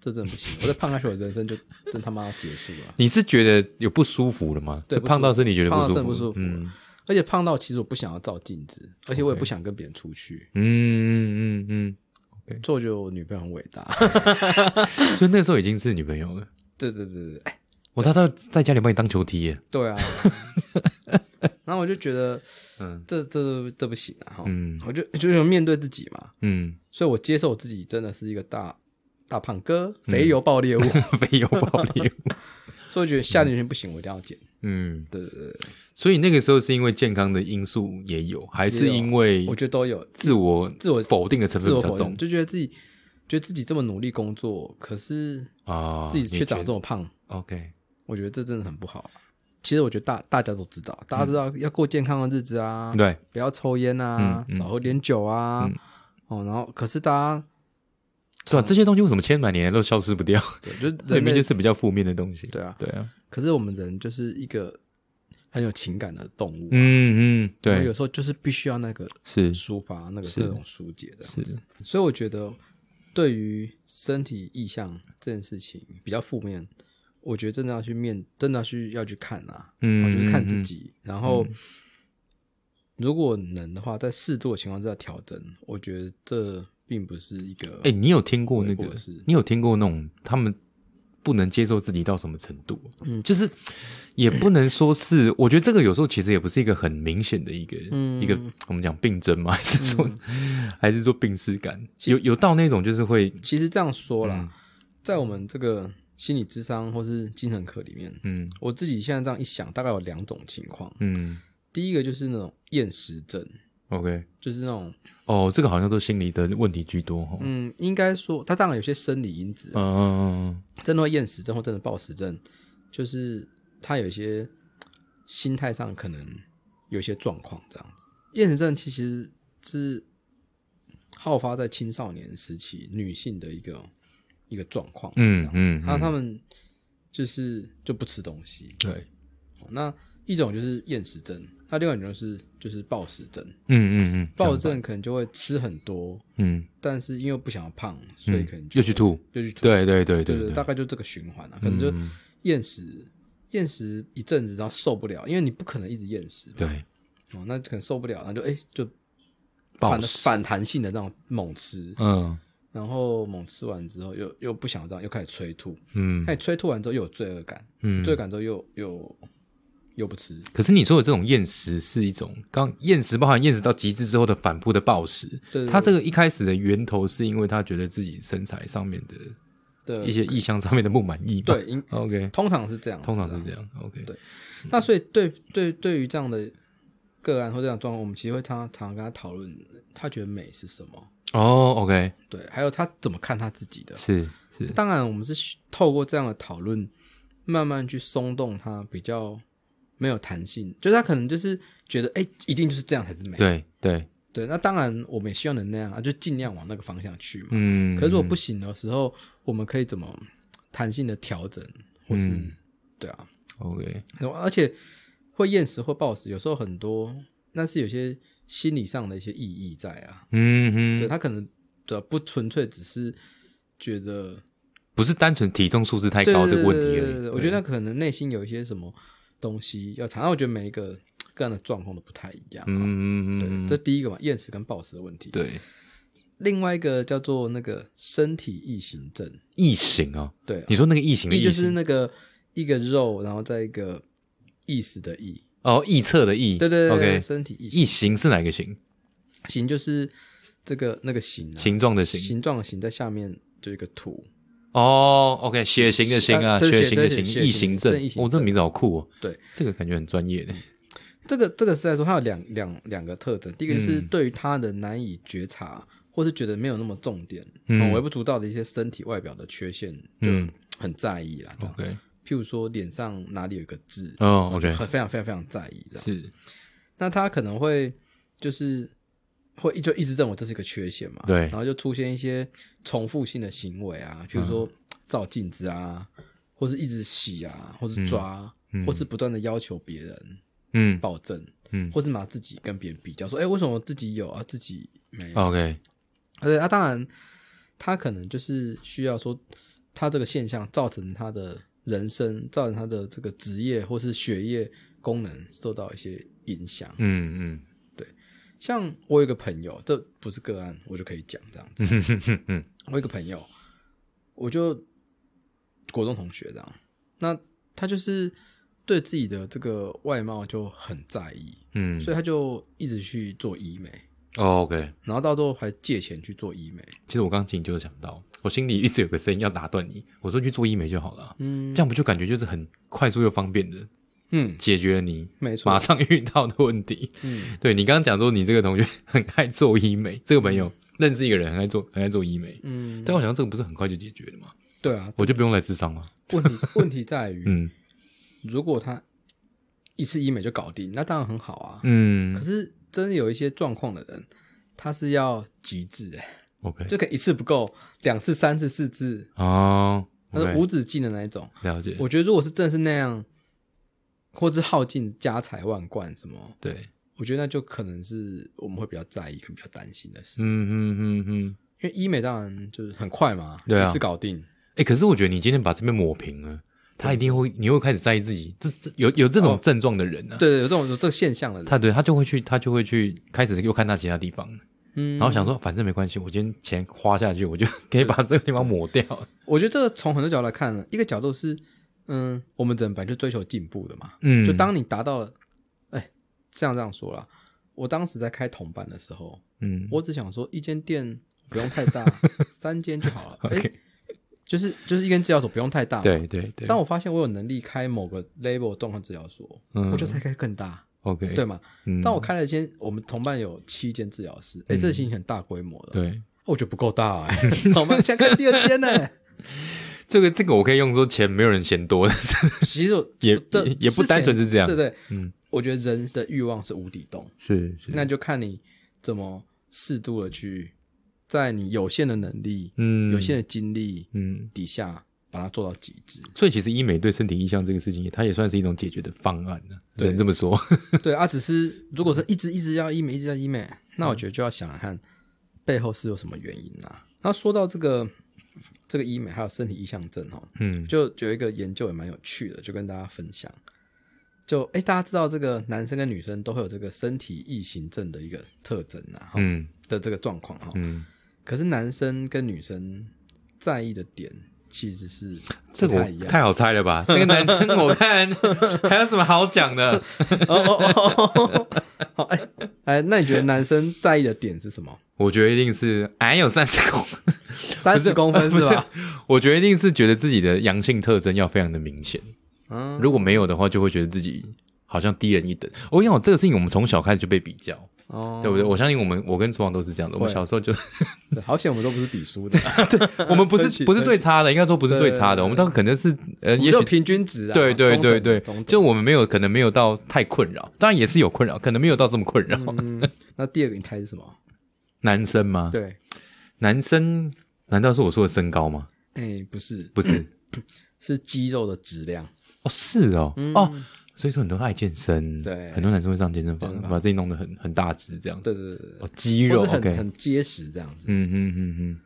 这真的不行，我再胖下去，我人生就真他妈要结束了。
你是觉得有不舒服了吗？
对
就胖到身体觉得
胖到
舒
真的
服，
不舒服，
嗯
而且胖到其实我不想要照镜子，而且我也不想跟别人出去。
嗯嗯嗯
所以我觉得我女朋友很伟大。
嗯，所以那时候已经是女朋友了。
对对对对，哎，
我他他在家里把你当球踢耶，
对啊，然后我就觉得，
嗯
嗯，这这这不行啊，哈
嗯
我就就是面对自己嘛，
嗯，
所以我接受我自己真的是一个大大胖哥，
嗯
肥油爆裂物，
没有暴力，
所以我觉得夏令营不行，我一定要减。
嗯，
对对对，
所以那个时候是因为健康的因素也有，还是因为
我觉得都有
自我
自我
否定的成
自
分
我
比较
否认，
重
就觉得自己觉得自己这么努力工作，可是
啊？
自己却长
你觉
这么胖，
得 OK，
我觉得这真的很不好啊。其实我觉得大大家都知道，大家知道要过健康的日子啊，
嗯对，
不要抽烟啊，
嗯嗯嗯
少喝点酒啊，哦，然后可是大家
是啊吧？这些东西为什么千百年都消失不掉？
对，就是
这里
人
面
类
就是比较负面的东西。
对啊，
对啊，
可是我们人就是一个很有情感的动物，
嗯嗯，
我们
对
有，时候就是必须要那个
是
抒发那个
是
那种疏解的，
是，
所以我觉得对于身体意向这件事情比较负面，我觉得真的要去面，真的要去要去看啊，
嗯
然后就是看自
嗯
己，然后。如果能的话，在适度的情况之下调整，我觉得这并不是一个
哎，你有听过那
我
个
也是？
你有听过那种他们不能接受自己到什么程度？嗯，就是也不能说是，我觉得这个有时候其实也不是一个很明显的一个
嗯
一个我们讲病症嘛， 还是说还是说病耻感？有有到那种就是会
其实这样说
嗯
啦，在我们这个心理智商或是精神科里面，
嗯
我自己现在这样一想，大概有两种情况。
嗯
第一个就是那种厌食症，
OK
就是那种
哦，这个好像都心理的问题居多哈。嗯
嗯，应该说它当然有些生理因子，
嗯嗯
真的会厌食症或真的暴食症，就是它有一些心态上可能有一些状况这样子。厌食症其实是好发在青少年时期女性的一个一个状况，
嗯
这样子
嗯嗯
然后他们就是就不吃东西，
对，
哦那一种就是厌食症，那另外一种就是就是暴食症。
嗯嗯嗯，
暴食症可能就会吃很多，
嗯，
但是因为不想要胖，所以可能就
又去吐，
就去吐。
对对对
对
对嗯
对，
对，
大概就这个循环啊，可能就厌食，厌食一阵子，然后受不了，因为你不可能一直厌食嘛，
对
哦，那可能受不了，然后就哎、就
暴
反
食
反弹性的那种猛吃，
嗯
然后猛吃完之后又又不想这样，又开始催吐，
嗯
开始催吐完之后又有罪恶感，
嗯，
罪恶感之后又又又不吃，
可是你说的这种厌食是一种，刚厌食包含厌食到极致之后的反复的暴食，
对对对
他这个一开始的源头是因为他觉得自己身材上面的
对
一些意向上面的不满意嘛。
对，应
，OK，
通常是这样子啊，
通常是这样。OK，
对那所以对对对于这样的个案或这样的状况，我们其实会常常跟他讨论，他觉得美是什么，
哦，OK，
对，还有他怎么看他自己的。
是是，
当然，我们是透过这样的讨论，慢慢去松动他比较没有弹性，就是他可能就是觉得，哎、一定就是这样才是美。
对对，
对，那当然我们也希望能那样啊，就尽量往那个方向去嘛。
嗯，
可是如果不行的时候，我们可以怎么弹性的调整，或是、
嗯
对啊，
OK，
而且会厌食或暴食，有时候很多那是有些心理上的一些意义在啊。
嗯
对
哼，
他可能对啊不纯粹只是觉得
不是单纯体重数字太
对
高
对
这
对
个问题
对
而
对对
已。
对我觉得可能内心有一些什么东西要谈。那我觉得每一个个人的状况都不太一样啊、
嗯，嗯嗯嗯，
对，这第一个嘛，厌食跟暴食的问题。，
对，
另外一个叫做那个身体异形症，
异形哦，
对啊，
你说那个异形的
异就
异
是
形，
那个一个肉，然后再一个意识的意，
哦，异侧的异，
对对对对
，OK，
身体异形。
异形是哪个形？
形就是这个那个形啊，
形状的形。
形状的形在下面就一个图，
哦，OK，血型的型啊，
啊对
血
血
型的
对
型，
血
异形症
血型异，形
哦，这名字好酷哦，
对，
这个感觉很专业的，
这个这个是来说，它有两两两个特征，第一个就是
嗯
对于他的难以觉察，或是觉得没有那么重点，嗯，微不足道的一些身体外表的缺陷，就
嗯
很在意啦。这样
，OK，
譬如说脸上哪里有一个痣，
哦，OK，
很非常非常非常在意这样。
是，
那他可能会就是会一就一直认为这是一个缺陷嘛，
对
然后就出现一些重复性的行为啊，比如
嗯
说照镜子啊，或是一直洗啊，或是抓啊，或是不断的要求别人
嗯
保证，
嗯
或是拿自己跟别人比较，说，哎、为什么自己有啊，自己没有？
，OK，
而且他当然，他可能就是需要说，他这个现象造成他的人生，造成他的这个职业或是学业功能受到一些影响。
嗯嗯，
像我有一个朋友，这不是个案，我就可以讲这样子。我有一个朋友，我就国中同学这样。那她就是对自己的这个外貌就很在意，
嗯
所以她就一直去做医美，
哦，OK。
然后到最后还借钱去做医美。
其实我刚刚听你就是想到，我心里一直有个声音要打断你，我说去做医美就好了啊、
嗯
这样不就感觉就是很快速又方便的
嗯，
解决了你
没
马
错，
上遇到的问题。
嗯，
对你刚刚讲说你这个同学很爱做医美，这个朋友认识一个人很爱做很爱做医美，
嗯，
但我想这个不是很快就解决了吗？
对啊。
我就不用来智商了。
问题 问题在于，
嗯
如果她一次医美就搞定，那当然很好啊。可
嗯
是真的有一些状况的人，他是要极致哎、
，OK
就可以一次不够，两次、三次、四次，
哦
他是
，OK，
无止境的那一种。
了解，
我觉得如果是真的是那样，或是耗尽家财万贯什么，
对，
我觉得那就可能是我们会比较在意、可能比较担心的事。
嗯嗯嗯嗯，
因为医美当然就是很快嘛，
对啊
一次搞定。
哎、可是我觉得你今天把这边抹平了，他一定会，你会开始在意自己，这这有有这种症状的人啊，
哦对对，有这种有这个现象的人，
他对他就会去，他就会去开始又看他其他地方，
嗯，
然后想说反正没关系，我今天钱花下去，我就可以把这个地方抹掉。
我觉得这个从很多角度来看呢，一个角度是，嗯，我们人本来就追求进步的嘛，
嗯
就当你达到了，哎，这样这样说啦，我当时在开同班的时候，
嗯
我只想说一间店不用太 大，三间就好了，哎、
，OK，
就是就是一间治疗所不用太大，。
对对对
当我发现我有能力开某个 label 动况治疗所，
嗯
我就才开更大，
，OK，
对吗？
嗯
当我开了一间，我们同伴有七间治疗室，哎、这已经很大规模了，哦
对，
我觉得不够大、哎，同伴现在开第二间呢、
这个这个我可以用说钱没有人嫌多，
其实我
也
这
也也不单纯是这样
对对，嗯，我觉得人的欲望是无底洞，
是是，
那就看你怎么适度的去，在你有限的能力、
嗯
有限的精力
嗯，
底下，把它做到极致。
所以其实医美对身体意向这个事情，它也算是一种解决的方案呢、只能这么说。
对啊，只是如果
嗯
是一直一直要医美，一直要医美，那我觉得就要想想看背后是有什么原因啊。那说到这个这个医美还有身体意向症哦，
嗯
就有一个研究也蛮有趣的，就跟大家分享。就哎、诶大家知道这个男生跟女生都会有这个身体异形症的一个特征啊，哈
嗯
的这个状况哈。
嗯，
可是男生跟女生在意的点其实是
这个
不太
我
一样。
太好猜了 吧？那个男生我看还有什么好讲的？
哦哦哦哦哦，好哎哎，那你觉得男生在意的点是什么？
我觉得一定是哎有三十公，
三十公分是吧？
我觉得一定是觉得自己的阳性特征要非常的明显。
嗯，
如果没有的话，就会觉得自己好像低人一等。哦我跟你讲，这个事情我们从小开始就被比较，
哦，
对不对？我相信我们，我跟楚王都是这样的。我们小时候就，
对好险我们都不是比输
呃
的，
我们不
对不起
是不是最差的，应该说不是最差的，我们倒可能是呃，
我
也
们就
许。
平均值啊。
对对
中等
对对
中，等
就我们没有，可能没有到太困扰，当然也是有困扰，可能没有到这么困扰。
嗯，那第二个你猜是什 么？
男生吗？
对，
男生难道是我说的身高吗？
哎、不是，
不是，
是肌肉的质量。
哦，是哦，哦，所以说很多爱健身，
嗯对
很多男生会上健身
健
房，
身房
把自己弄得很很大只这样子，
对对对对
哦，肌
对，
肉
或是很、
，OK，
很结实这样子。
嗯嗯嗯嗯，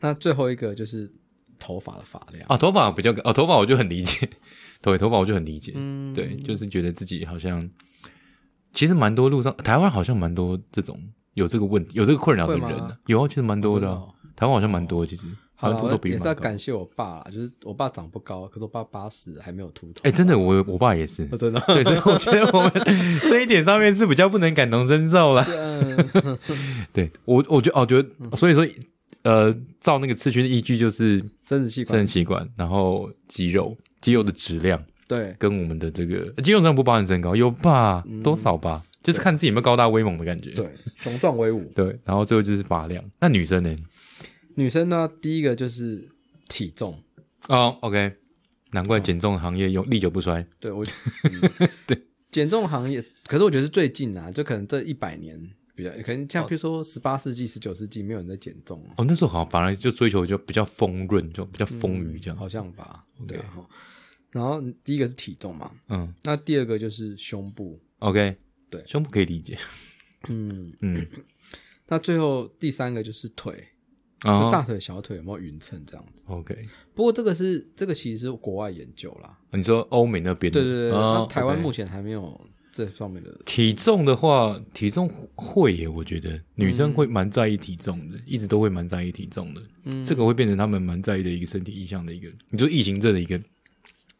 那最后一个就是头发的发量。
啊，头发比较啊，头发我就很理解， 对，头发我就很理解，
嗯
对，就是觉得自己好像，其实蛮多路上台湾好像蛮多这种有这个问有这个困扰的
会吗
人啊，有啊，其实蛮多的啊
真的哦，
台湾好像蛮多，其实
好
台湾
啦
秃头
我
比
也
例
是要
蛮高。
感谢我爸啦，就是我爸长不高，可是我爸八十还没有秃头。
哎， 真的，我我爸也是，
我真的，哦
对，所以我觉得我们这一点上面是比较不能感同身受 啦。
嗯
对我，我觉得，哦，觉得，所以说，呃，照那个次序的依据就是
生殖器
生殖
官
器官，然后肌肉，肌肉的质量
对，
跟我们的这个肌肉质量不包含身高，有吧？多少吧？就是看自己有没有高大威猛的感觉。
嗯对，雄壮威武。
对，然后最后就是发量。那女生呢？
女生呢，第一个就是体重。
哦，OK，难怪减重行业永历久不衰。
对我， 嗯
对
减重行业，可是我觉得是最近啊，就可能这一百年比较，可能像比如说十八世纪、十九世纪，没有人在减重啊
哦，那时候好像反而就追求就比较丰润，就比较丰腴这样。
好像吧，对啊。齁然后第一个是体重嘛，
嗯
那第二个就是胸部，
，OK，
对
胸部可以理 解。
嗯，
嗯，
那最后第三个就是腿，就
啊
大腿、小腿有没有匀称这样子。
，OK，哦
不过这个是这个其实是国外研究啦，
你说欧美那边的？
对对对，
哦
那台湾
OK
目前还没有这方面的，
体重的话，体重会耶，我觉得
嗯
女生会蛮在意体重的，一直都会蛮在
嗯
意体重的。这个会变成她们蛮在意的一个身体意向的一个，你说异形症的一个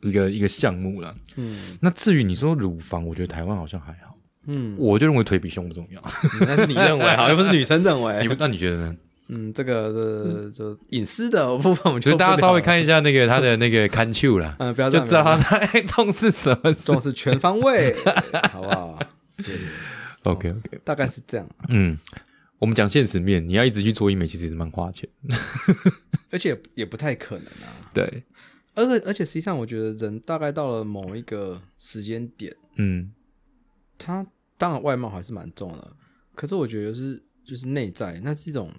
一个一个项目啦。嗯，那至于你说乳房，我觉得台湾好像还好。
嗯，
我就认为腿比胸不 重要。
那是你认为，好像不是女生认
啊你
为。
们那你觉得呢？
嗯，这个这就隐私的部 分，我
就是
觉得
大家稍微看一下那个他的那个 can you 啦，
嗯不要
就
这样
知道他在 重视什么事
重。视全方位，好 不好？对
OK OK，
大概是这样，
嗯，我们讲现实面，你要一直去做医美，其实也是蛮花钱。
而且也也不太可能啊。
对，
而且而且实际上，我觉得人大概到了某一个时间点，
嗯
他当然外貌还是蛮重要的，可是我觉得是就是内在，那是一种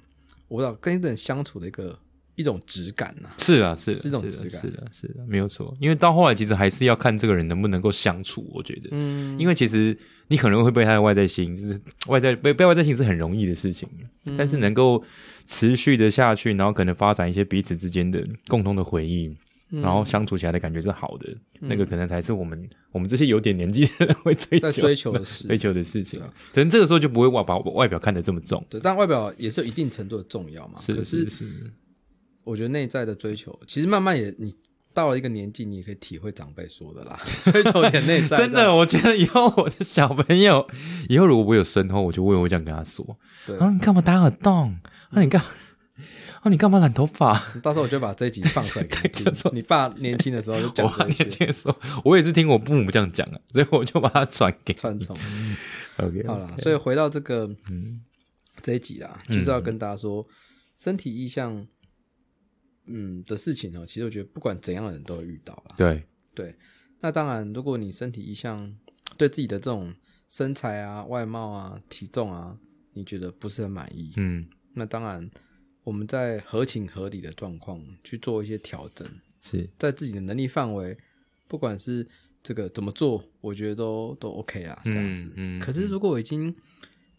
我不知道跟人相处的一个一种质感呐、
是啊，是啊
是一种
的
质感
是的，是啊的，没有错。因为到后来，其实还是要看这个人能不能够相处。我觉得，
嗯，
因为其实你可能会被他的外在吸引，就是外在被被外在吸引是很容易的事情，
嗯
但是能够持续的下去，然后可能发展一些彼此之间的共同的回忆，
嗯
然后相处起来的感觉是好的，那个可能才是我们我们这些有点年纪的人会追
在
求
追求的事
追。求的事情。
啊
可能这个时候就不会哇把外表看得这么重，
对，但外表也是有一定程度的重要嘛。
是
啊可
是
是
是，
我觉得内在的追求，其实慢慢也你到了一个年纪，你也可以体会长辈说的啦， 追求点内在。
真的，，哦我觉得以后我的小朋友，以后如果我有生后，我就我也会这样跟他说，
对
啊，你干嘛打耳洞？啊，你干嘛？啊，你干嘛染头发？
到时候我就把这一集放出来 给你听。你爸年轻的时候就讲
我
这
年
些
轻的时候，我也是听我父母这样讲啊，所以我就把它转给
串通。
OK。
好啦，所以回到这个
嗯
这一集啦，就是要跟大家说，身体意向嗯的事情哦、其实我觉得不管怎样的人都会遇到啦。
对，
对，那当然，如果你身体意向对自己的这种身材啊、外貌啊、体重啊，你觉得不是很满意，
嗯，
那当然我们在合情合理的状况去做一些调整，
是
在自己的能力范围，不管是这个怎么做，我觉得都都 OK 啊啦，这样子。
嗯嗯
可是如果已经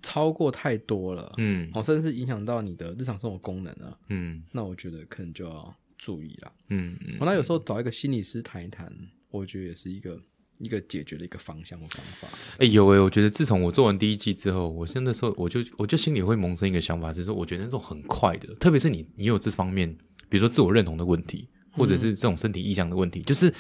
超过太多了，
嗯
哦，甚至影响到你的日常生活功能了，
嗯
那我觉得可能就要注意啦。哦
嗯嗯，
我、那有时候找一个心理师谈一谈，我觉得也是一个一个解决的一个方向或方法。
哎、有哎、我觉得自从我做完第一季之后，我现在时候我就我就心里会萌生一个想法，是说我觉得那种很快的，特别是你你有这方面，比如说自我认同的问题，或者是这种身体意向的问题，就是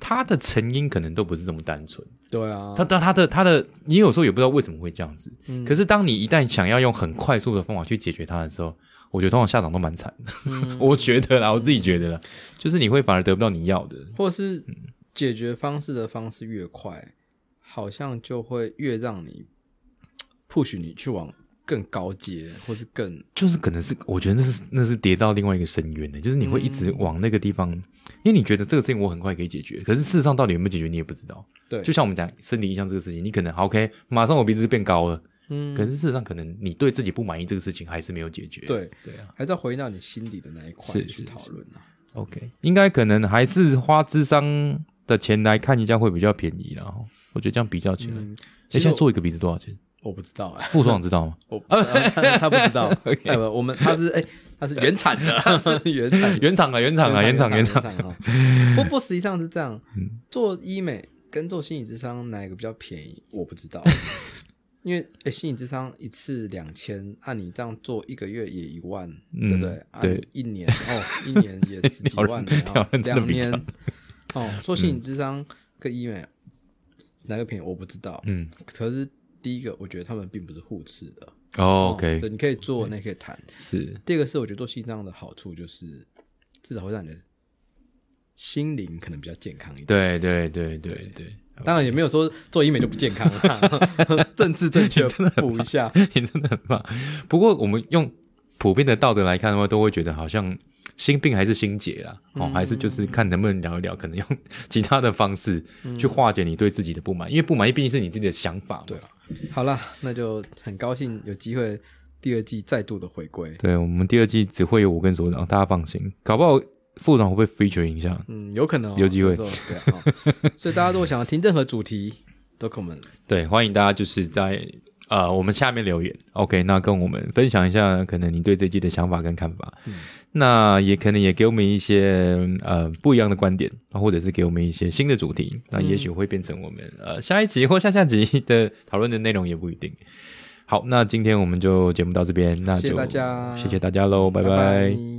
它的成因可能都不是这么单纯。
对啊，
他他他的他的，你有时候也不知道为什么会这样子。可是当你一旦想要用很快速的方法去解决它的时候，我觉得通常下场都蛮惨的。 我觉得啦，我自己觉得啦，就是你会反而得不到你要的。
或是
嗯
解决方式的方式越快，好像就会越让你 push 你去往更高阶，或是更
就是可能是我觉得那是那是跌到另外一个深渊的，就是你会一直往那个地方，因为你觉得这个事情我很快可以解决，可是事实上到底有没有解决你也不知道。
对
就像我们讲身体意向这个事情，你可能好 OK，马上我鼻子就变高了，
嗯
可是事实上可能你对自己不满意这个事情还是没有解决。
对，
对啊
还是要回到你心里的那一块
是
去
是
讨论啊。
，OK，应该可能还是花智商的钱来看一下会比较便宜啦，然后我觉得这样比较起来，
嗯
诶
其实
现
我
在做一个鼻子多少钱？
我不知道哎、
副总知道吗？
我他不知道，哎不，我们他是哎、他是原产的， 他是原产 的
原厂啊，原厂啊，原厂原厂。
厂啊。 不不，实际上是这样，
嗯
做医美跟做心理智商哪一个比较便宜，我不 知道。因为、诶心理智商一次两千，按你这样做一个月也一万，
嗯
对不对？按
对
你一年哦，一年也十 几
两
万，
人
然后
两人真的
两
比较嗯
年哦，做心理智商跟医美哪个便宜我不知道。
嗯，
可是第一个，我觉得他们并不是互斥的。
哦
哦
，OK，
对你可以做，那也可以谈。
是，
第二个是我觉得做心脏的好处就是，至少会让你的心灵可能比较健康一点。
对对对对对。
当然也没有说做医美就不健康 啦，政治正确补一下。
你真的很棒。不过我们用普遍的道德来看的话，都会觉得好像心病还是心结啦，哦，还是就是看能不能聊一聊，可能用其他的方式去化解你对自己的不满，因为不满意毕竟是你自己的想法嘛。对
好啦，那就很高兴有机会第二季再度的回归。
对，我们第二季只会有我跟所长，大家放心，搞不好副长会被 feature 影响。
嗯，有可能、哦、
有机会
时候对啊、哦所以大家如果想要听任何主题，都跟我们
对，欢迎大家就是在呃我们下面留言，OK，那跟我们分享一下可能你对这季的想法跟看法，
嗯
那也可能也给我们一些呃不一样的观点，或者是给我们一些新的主题，那也许会变成我们、呃下一集或下下集的讨论的内容也不一定。好，那今天我们就节目到这边，那就
谢谢大家
谢谢大家喽，拜
拜
拜
拜